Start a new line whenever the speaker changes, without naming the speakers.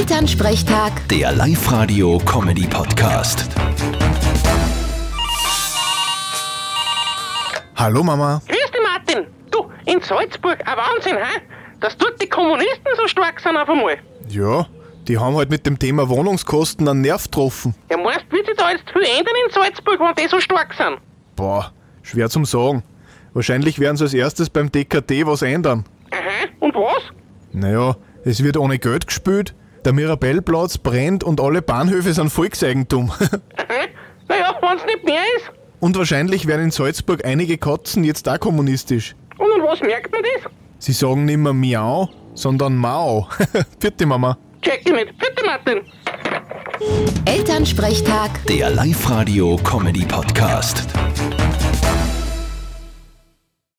Elternsprechtag,
Der Live-Radio-Comedy-Podcast.
Hallo Mama.
Grüß dich, Martin. Du, in Salzburg, ein Wahnsinn, hä? Dass dort die Kommunisten so stark sind auf einmal.
Ja, die haben halt mit dem Thema Wohnungskosten einen Nerv getroffen.
Ja, meinst du, wird sich da jetzt viel ändern in Salzburg, wenn die so stark sind?
Boah, schwer zum Sagen. Wahrscheinlich werden sie als erstes beim DKT was ändern.
Aha, und was?
Naja, es wird ohne Geld gespielt, der Mirabellplatz brennt und alle Bahnhöfe sind Volkseigentum.
Aha. Naja, wenn es nicht mehr ist.
und wahrscheinlich werden in Salzburg einige Katzen jetzt da kommunistisch.
Und an was merkt man das?
Sie sagen nicht mehr Miau, sondern Mao. Vierte Mama.
Check ich nicht. Bitte, Martin.
Elternsprechtag.
Der Live-Radio-Comedy-Podcast.